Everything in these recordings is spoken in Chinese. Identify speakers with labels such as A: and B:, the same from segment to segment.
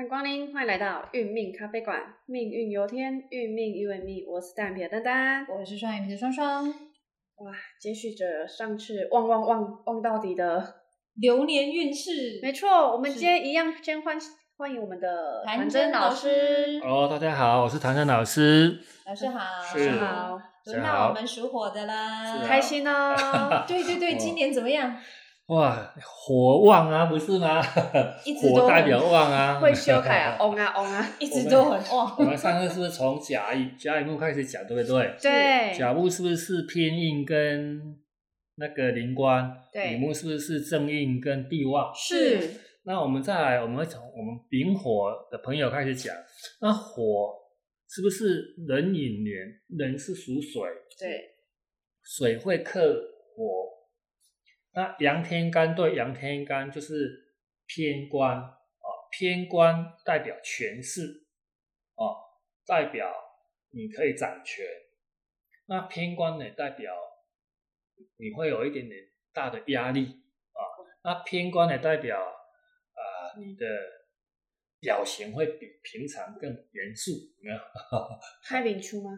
A: 迎光临，欢迎来到运命咖啡馆，命运由天，运命由命。我是单眼皮的丹丹，
B: 我是双眼皮的双双。
A: 哇，接续着上次旺旺旺旺到底的，
B: 流年运势，
A: 没错，我们
B: 是
A: 今天一样先欢欢迎我们的
B: 谭
A: 谭
B: 真
A: 真老
B: 老
A: 师
B: 师，
C: 哦，大家好，我是唐山老师。
B: 老师好，
C: 是
A: 老师好，
B: 轮到我们属火的啦，
C: 是啊
A: 开心 哦。
B: 对对对，
C: 哇
B: 今年怎么样？
C: 哇，火旺啊，不是吗？
B: 一直都
C: 火代表旺啊，
A: 会修改 啊，嗡啊嗡啊，
B: 一直都很旺
C: 我。们上课是不是从甲乙甲乙木开始讲，对不对？
A: 对，
C: 甲木是不是偏印跟那个灵官？
A: 对
C: 乙木是不是正印跟地旺？
A: 是
C: 那我们再来，我们会从我们丙火的朋友开始讲。那火是不是壬寅年？人是属水，
A: 对，
C: 水会克火。那阳天干对阳天干就是偏官啊，偏官代表权势啊，代表你可以掌权。那偏官呢，代表你会有一点点大的压力啊。那偏官呢，代表啊、你的表情会比平常更严肃，有没有？
A: 开明出吗？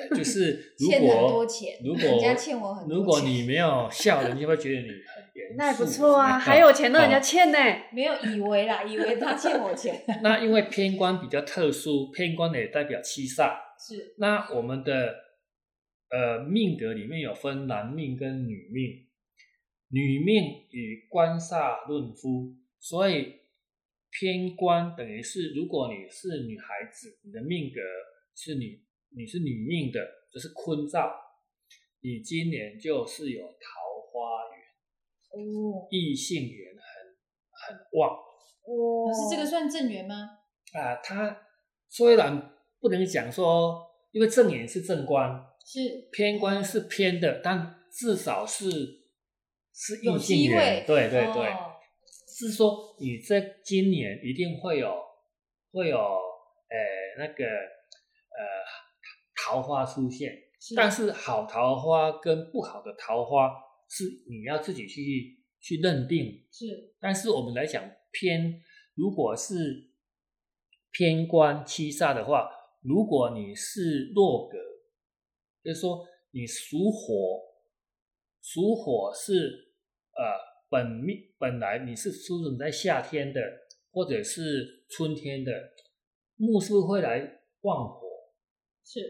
C: 呃 就是如果
B: 欠很多钱
C: 如果
B: 人家欠我很多钱
C: 如果你没有笑，人家会觉得你很严 肃。哎
A: 那也不错啊，还有钱让人家
C: 哦
A: 欠呢。
B: 没有以为啦，以为他欠我钱，
C: 那因为偏官比较特殊，偏官也代表七煞。
B: 是
C: 那我们的呃命格里面有分男命跟女命，女命与官煞论夫，所以偏官等于是如果你是女孩子，你的命格是女你是女命的，就是坤兆，你今年就是有桃花源、
B: 哦。
C: 异性缘很很旺
B: 可
A: 可
B: 是这个算正缘吗？
C: 啊、它虽然不能讲说，因为正眼是正官。
B: 是
C: 偏官是偏的，但至少是是
B: 有
C: 异性
B: 机会
C: 缘，，对对对，
B: 哦
C: 是说你这今年一定会有会有呃那个呃桃花出现，
B: 是
C: 但是好桃花跟不好的桃花是你要自己去去认定。
B: 是
C: 但是我们来讲偏，如果是偏官七煞的话，如果你是弱格，就是说你属火，属火是呃本命本来你是出生在夏天的，或者是春天的，木是不是会来旺火？
B: 是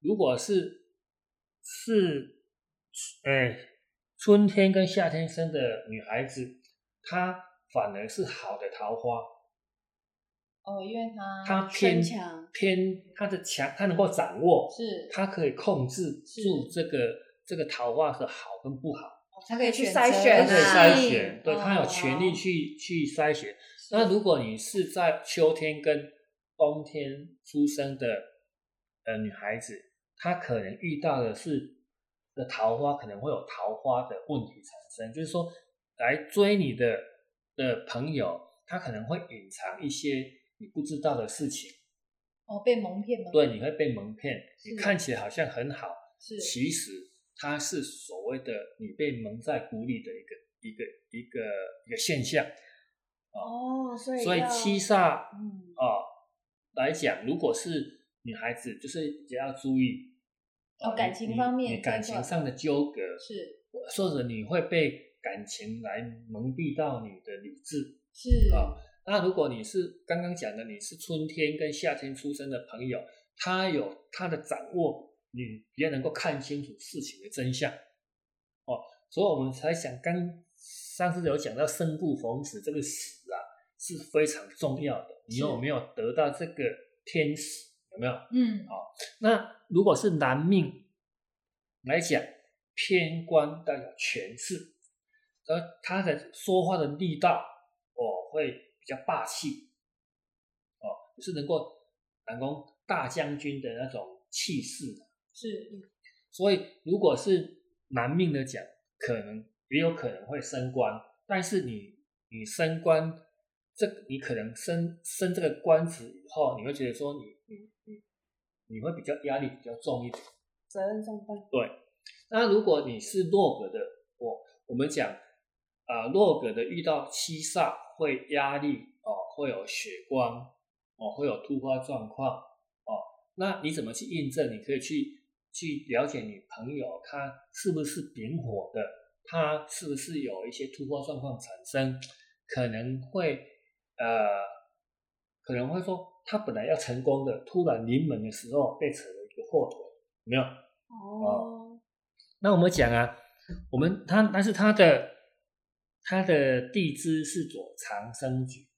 C: 如果是是，哎，春天跟夏天生的女孩子，她反而是好的桃花，
B: 哦，因为他
C: 她偏
A: 身强
C: 偏她的强，她能够掌握，
B: 是
C: 她可以控制
B: 是
C: 住这个这个桃花的好跟不好，
B: 哦他可以
A: 去
B: 选
A: 筛
B: 择
A: 选
C: 她
B: 啦
C: 可以
A: 是
C: 筛选，对，
B: 哦
C: 她有权利去去筛选。那如果你是在秋天跟冬天出生的呃女孩子，她可能遇到的是的桃花可能会有桃花的问题产生，就是说来追你的的朋友，他可能会隐藏一些你不知道的事情，
B: 哦，被蒙骗吗？
C: 对，你会被蒙骗，
B: 是
C: 你看起来好像很好，
B: 是
C: 其实它是所谓的你被蒙在鼓里的一个一个一个一个现象。
A: 哦，所
C: 所以
A: 要
C: 七煞
B: 嗯
C: 哦来讲，如果是女孩子，就是比较要注意
B: 哦
C: 呃
B: 感
C: 你
B: 情
C: 你
B: 方面
C: 你
B: 这
C: 感
B: 一
C: 情
B: 块
C: 上的纠葛，
B: 是
C: 或者你会被感情来蒙蔽到你的理智。
B: 是
C: 啊那如果你是刚刚讲的，你是春天跟夏天出生的朋友，他有他的掌握，你比较能够看清楚事情的真相。哦，所以我们才想刚上次有讲到生不逢时这个时啊是非常重要的，你有没有得到这个天时？有没有？
B: 嗯
C: 那如果是男命来讲，偏官代表权势，而他的说话的力道哦会比较霸气，哦是能够南宫大将军的那种气势。
B: 是
C: 所以如果是男命的讲，可能也有可能会升官，但是你你升官，这你可能升升这个官职以后，你会觉得说你你你你会比较压力比较重一点。
A: 责任重大，
C: 那如果你是弱格的，我我们讲啊、呃弱格的遇到七煞会压力哦，会有血光哦，会有突发状况哦。那你怎么去印证？你可以去去了解你朋友他是不是丙火的，他是不是有一些突发状况产生，可能会呃，可能会说他本来要成功的，突然临门的时候被扯了一个后腿，有没有？
A: 哦，
C: 那我们讲啊，我们他但是他的他的地支是左长生局，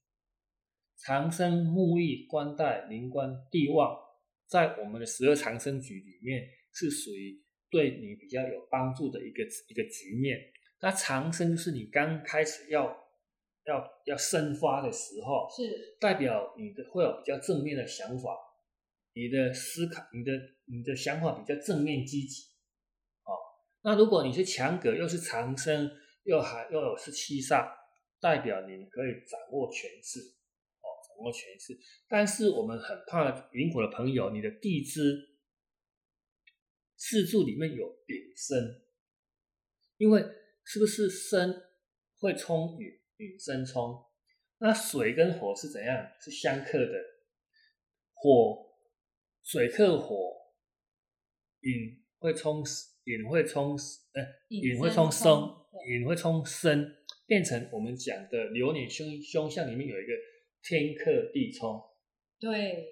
C: 长生木易官带灵官地旺，在我们的十二长生局里面是属于对你比较有帮助的一个一个局面。那长生就是你刚开始要要要生发的时候，
B: 是
C: 代表你的会有比较正面的想法，你的思考，你的你的想法比较正面积极。哦，那如果你是强格，又是长生，又还又有是七煞，代表你可以掌握权势。哦，掌握权势。但是我们很怕云火的朋友，你的地支四柱里面有丙申，因为是不是申会冲雨，雨生冲。那水跟火是怎样？是相克的，火水克火，引会冲引会冲呃
B: 引
C: 引会冲
B: 申
C: 生
B: 冲，对
C: 引会冲生，变成我们讲的流年凶凶相里面有一个天克地冲，
B: 对，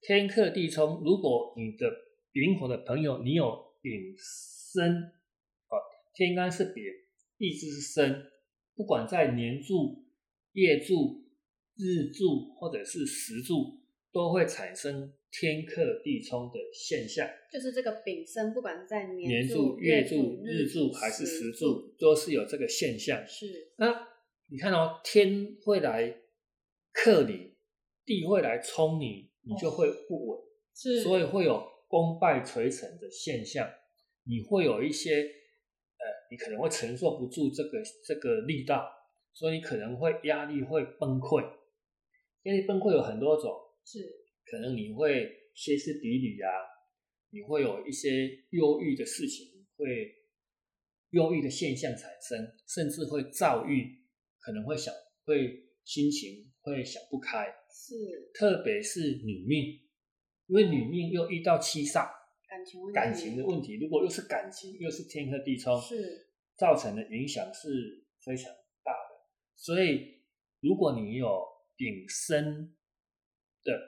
C: 天克地冲，如果你的丙火的朋友，你有丙申，哦，天干是丙，地支是申，不管在年柱、月柱、日柱或者是时柱，都会产生天克地冲的现象。
A: 就是这个丙申，不管是在年
C: 年柱、
A: 月
C: 月柱、日柱还是时柱，都是有这个现象。
A: 是
C: 那你看哦，天会来克你，地会来冲你，你就会不稳。
B: 是，
C: 所以会有功败垂成的现象，你会有一些呃，你可能会承受不住这个这个力道，所以你可能会压力会崩溃。因为崩溃有很多种，
B: 是
C: 可能你会歇斯底里啊，你会有一些忧郁的事情，会忧郁的现象产生，甚至会躁郁，可能会想会心情会想不开。
A: 是
C: 特别是女命，因为女命又遇到七煞，
A: 感情问题，
C: 感情的问题，如果又是感情又是天克地冲，
A: 是
C: 造成的影响是非常大的。所以，如果你有丙申的，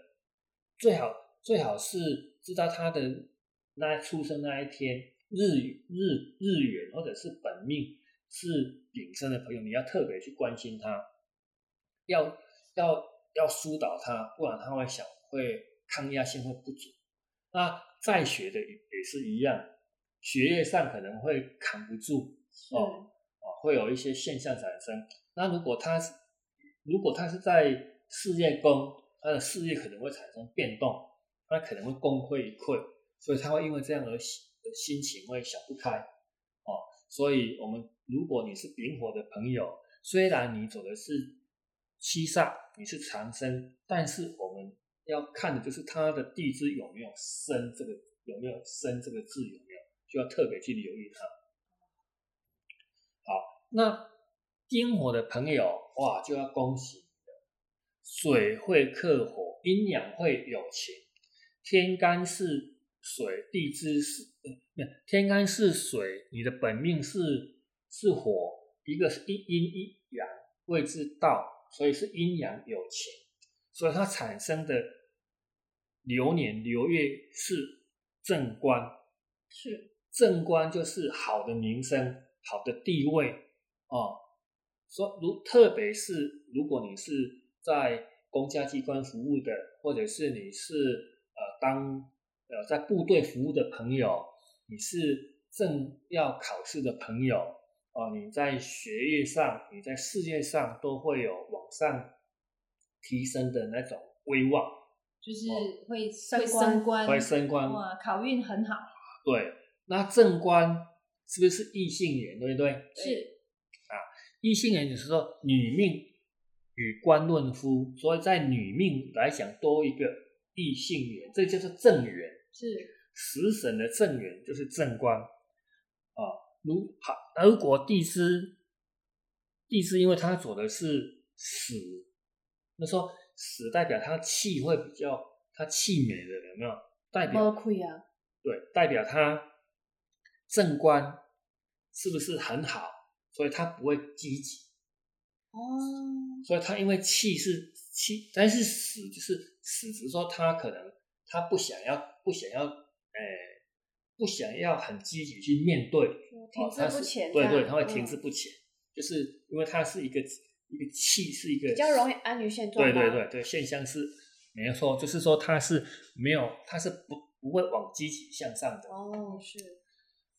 C: 最好最好是知道他的那出生那一天日日日元或者是本命是丙申的朋友，你要特别去关心他，要要要疏导他，不然他会想会抗压性会不足。那在学的也也是一样，学业上可能会扛不住，
B: 是
C: 哦哦，会有一些现象产生。那如果他是如果他是在事业宫，他的事业可能会产生变动，他可能会功亏一篑，所以他会因为这样而心呃心情会想不开哦。所以我们如果你是丙火的朋友，虽然你走的是七煞，你是长生，但是我们要看的就是他的地支有没有生这个有没有生这个字有没有，就要特别去留意它。那丁火的朋友哇，就要恭喜你了。水会克火，阴阳会有情。天干是水，地支是呃不是天干是水，你的本命是是火，一个是一阴一阳，谓之道，所以是阴阳有情，所以它产生的流年流月是正官，
B: 是
C: 正官就是好的名声、好的地位哦。说如特别是如果你是在公家机关服务的，或者是你是呃当呃在部队服务的朋友，你是正要考试的朋友哦、你在学业上、你在事业上都会有往上提升的那种威望，
B: 就是会
A: 升
B: 会
A: 官
B: 升官，
C: 哦会升官
B: 哇，考运很好，
C: 对，那正官是不是异性缘，对不对？
B: 是
C: 异性缘就是说女命与官论夫，所以在女命来讲多一个异性缘，这就是正缘。
B: 是
C: 食神的正缘就是正官啊。如好，那如果地支地支，因为它走的是死，那说死代表他气会比较，他气馁了，有没有？代表
A: 无亏啊，
C: 对，代表他正官是不是很好，所以他不会积极，
A: 哦，
C: 所以他因为气是气，但是死就是死，只是说他可能他不想要不想要，哎、不想要很积极去面对，
B: 停
C: 哦他
B: 滞
C: 是
B: 不前这
C: 对
A: 啊
B: 样，
C: 对，他会停
B: 嗯
C: 滞不前，就是因为他是一个一个气是一个
A: 比较容易安于现状
C: 对
A: 吧。
C: 对对对，现象是没错，就是说它是没有，它是不不会往积极向上的、
A: 哦，是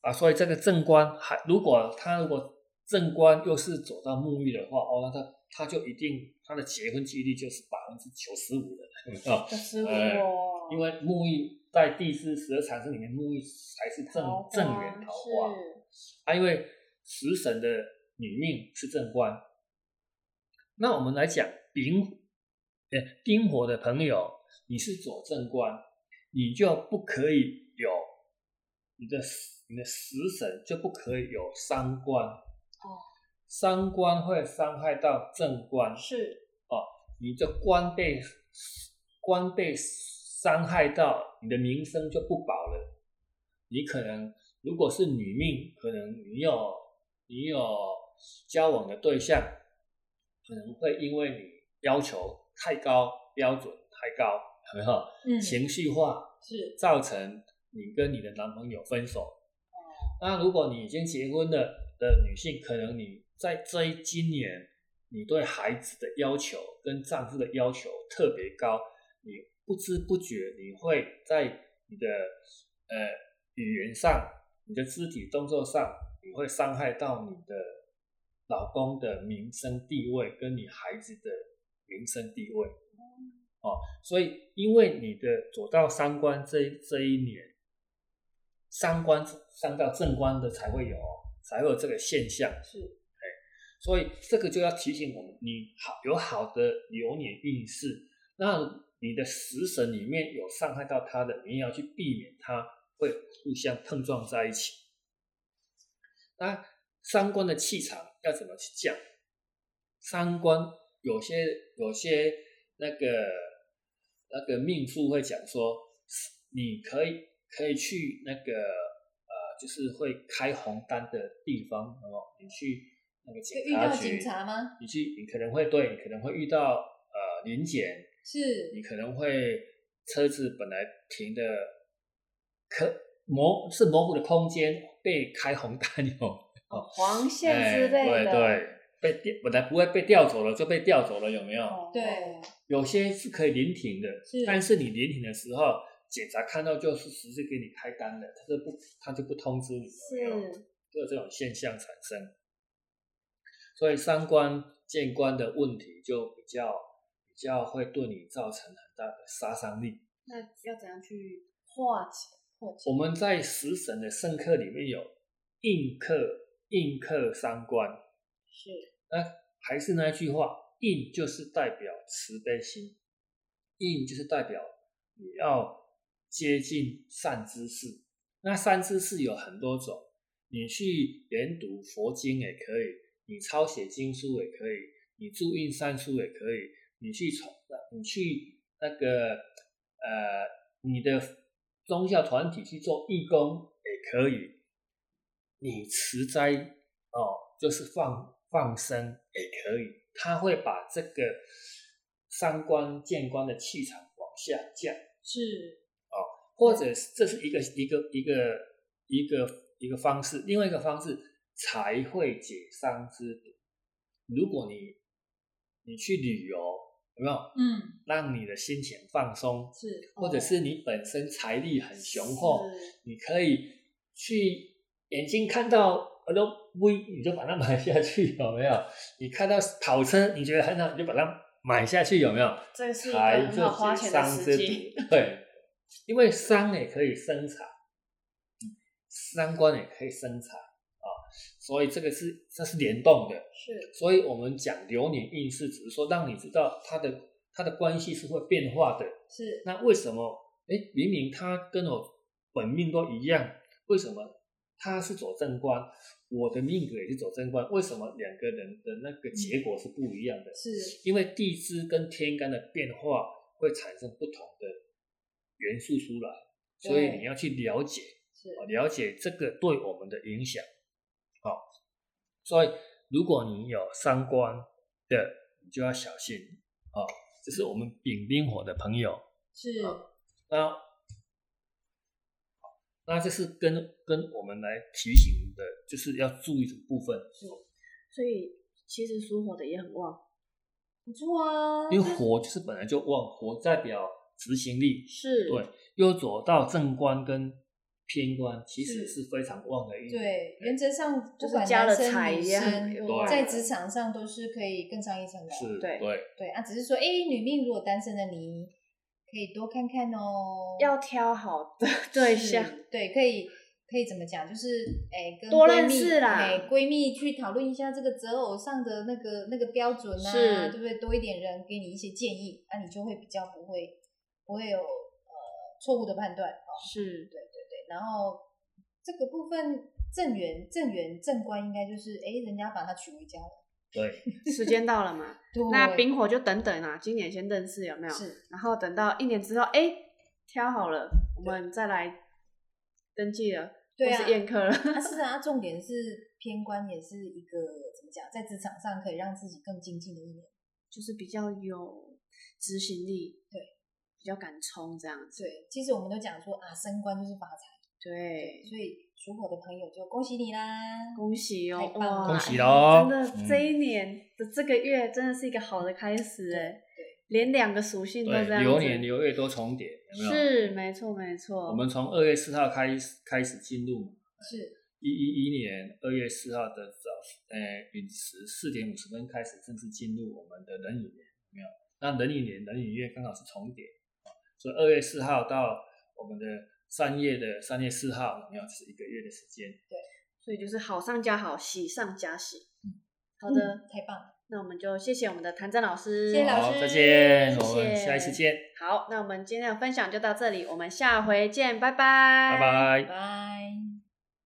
C: 啊。所以这个正官还如果他如果正官又是走到沐浴的话，哦，那他他就一定他的结婚几率就是百分之九十五的啊，
A: 可是
C: 哎
A: 我
C: 因为沐浴在地支十二长生里面，沐浴才是正
A: 桃花
C: 正缘桃花
A: 是
C: 啊，因为食神的女命是正官。那我们来讲丙，呃，丁火的朋友，你是左正官，你就不可以有你的你的食神就不可以有伤官。哦，伤官会伤害到正官，
B: 是
C: 哦你的官被官被伤害到，你的名声就不保了。你可能如果是女命，可能你有你有交往的对象，可能会因为你要求太高，标准太高，很好，
B: 嗯
C: 情绪化，
B: 是
C: 造成你跟你的男朋友分手。那如果你已经结婚了的女性，可能你在这一今年，你对孩子的要求跟丈夫的要求特别高，你不知不觉你会在你的呃语言上、你的肢体动作上，你会伤害到你的老公的名声地位跟你孩子的名声地位。哦，所以因为你的走到三关这一这一年，三关伤到正关的才会有哦，才会有这个现象。
B: 是，
C: 哎，所以这个就要提醒我们，你好有好的流年运势，那你的食神里面有伤害到他的，你也要去避免它会互相碰撞在一起。那三观的气场要怎么去降？三观有些有些那个那个命妇会讲说，你可以可以去那个呃，就是会开红单的地方，然后你去那个警
B: 会遇
C: 察
B: 到
C: 局，
B: 警察吗？
C: 你去你可能会对，你可能会遇到呃临检，
B: 是
C: 你可能会车子本来停的可模是模糊的空间被开红 单有
A: 黄线之类的，
C: 哎对对，被调本来不会被调走了，就被调走了，有没有？
A: 哦
B: 对，
C: 有些是可以临停的，
B: 是
C: 但是你临停的时候，检察看到就是直接给你开单了，他就不他就不通知你，有没有
A: 是
C: 就有这种现象产生。所以三观见官的问题就比较比较会对你造成很大的杀伤力。
A: 那要怎样去化解？化解
C: 我们在食神的圣课里面有印克印克三观，
A: 是
C: 那还是那句话，印就是代表慈悲心，印就是代表你要接近善知识。那善知识有很多种，你去研读佛经也可以，你抄写经书也可以，你注印善书也可以，你去从你去那个呃你的宗教团体去做义工也可以，你持斋哦，就是放放生也可以，他会把这个三观见观的气场往下降，
B: 是
C: 或者是这是一个一个一个一个一个方式，另外一个方式才会解伤之毒。如果你你去旅游，有没有
B: 嗯哦
C: 让你的心情放松，
B: 是
C: 或者是你本身财力很雄厚，
A: 是
C: 你可以去眼睛看到呃都微，你就把它买下去，有没有？你看到跑车，你觉得很好，你就把它买下去，有没有？
A: 这是一个
C: 财
A: 很
C: 就
A: 好花
C: 解
A: 钱的
C: 伤
A: 时
C: 之
A: 机，
C: 毒，对，因为伤也可以生财，嗯伤官也可以生财啊，所以这个是这是联动的。
A: 是
C: 所以我们讲流年运势，只是说让你知道它的它的关系是会变化的。
B: 是
C: 那为什么？哎，明明他跟我本命都一样，为什么他是走正官，我的命格也是走正官，为什么两个人的那个结果是不一样的？
B: 是
C: 因为地支跟天干的变化会产生不同的元素出来，所以
B: 对
C: 你要去了解，
B: 是
C: 啊了解这个对我们的影响。好、所以如果你有三观的，你就要小心。好、这是我们丙丁火的朋友。
B: 是
A: 哦
C: 那好那这是跟跟我们来提醒的，就是要注意这个部分。
A: 嗯所以其实属火的也很旺，
B: 不错啊，
C: 因为火就是本来就旺，火代表执行力，
A: 是
C: 对，又走到正官跟偏官，其实
B: 是
C: 是非常旺的一。
B: 对，原则上
A: 就
B: 不
A: 是
B: 管
A: 加
B: 男
A: 了
B: 生
A: 财
B: 女
A: 也很
B: 生
A: 有
C: 对
B: 在职场上都是可以更上一层楼。
C: 是，
A: 对
C: 对，
B: 对啊，只是说，哎，女命如果单身的你，可以多看看哦。
A: 要挑好的对
B: 是
A: 象，
B: 对，可以可以怎么讲？就是哎，跟
A: 多
B: 闺
A: 认
B: 蜜
A: 识啦
B: 哎，闺蜜去讨论一下这个择偶上的那个那个标准啊，
A: 是
B: 对不对？多一点人给你一些建议，那、你就会比较不会不会有呃错误的判断哦。
A: 是
B: 对，然后这个部分正缘正缘正官应该就是哎，人家把他娶回家了。
A: 时间到了嘛？
B: 对，
A: 那丙火就等等啊，今年先认识有 没有？
B: 是
A: 然后等到一年之后，哎、挑好了，我们再来登记了，
B: 对
A: 或
B: 啊
A: 是，宴客了，
B: 啊是啊，重点是偏官也是一个怎么讲，在职场上可以让自己更精进的一年。
A: 就是比较有执行力，
B: 对，
A: 比较敢冲这样子，
B: 对，其实我们都讲说啊，升官就是发财，
A: 对，
B: 所以属火的朋友就恭喜你啦！
A: 恭喜哦
B: 太，棒了
A: 哇
C: 恭喜喽！
A: 真的，
C: 嗯
A: 这一年的这个月真的是一个好的开始哎、连两个属性都这样子，
C: 对，流年流月都重叠，有没有？
A: 是没错没错，
C: 我们从二月四号开始开始进入嘛，
B: 是
C: 一一一年二月四号的早，呃，陨时四点五十分开始正式进入我们的壬寅年，有没有？那壬寅年、壬寅月刚好是重叠，啊所以二月四号到我们的三月的三月四号，有没有？这是一个月的时间。
A: 所以就是好上加好，喜上加喜。好的，
B: 嗯太棒了，
A: 那我们就谢谢我们的谭正老师，
B: 谢谢老师
C: 好，再见，
A: 谢谢
C: 我们下一次见，
A: 好，那我们今天的分享就到这里，我们下回见，拜拜，
C: 拜拜。
B: 拜。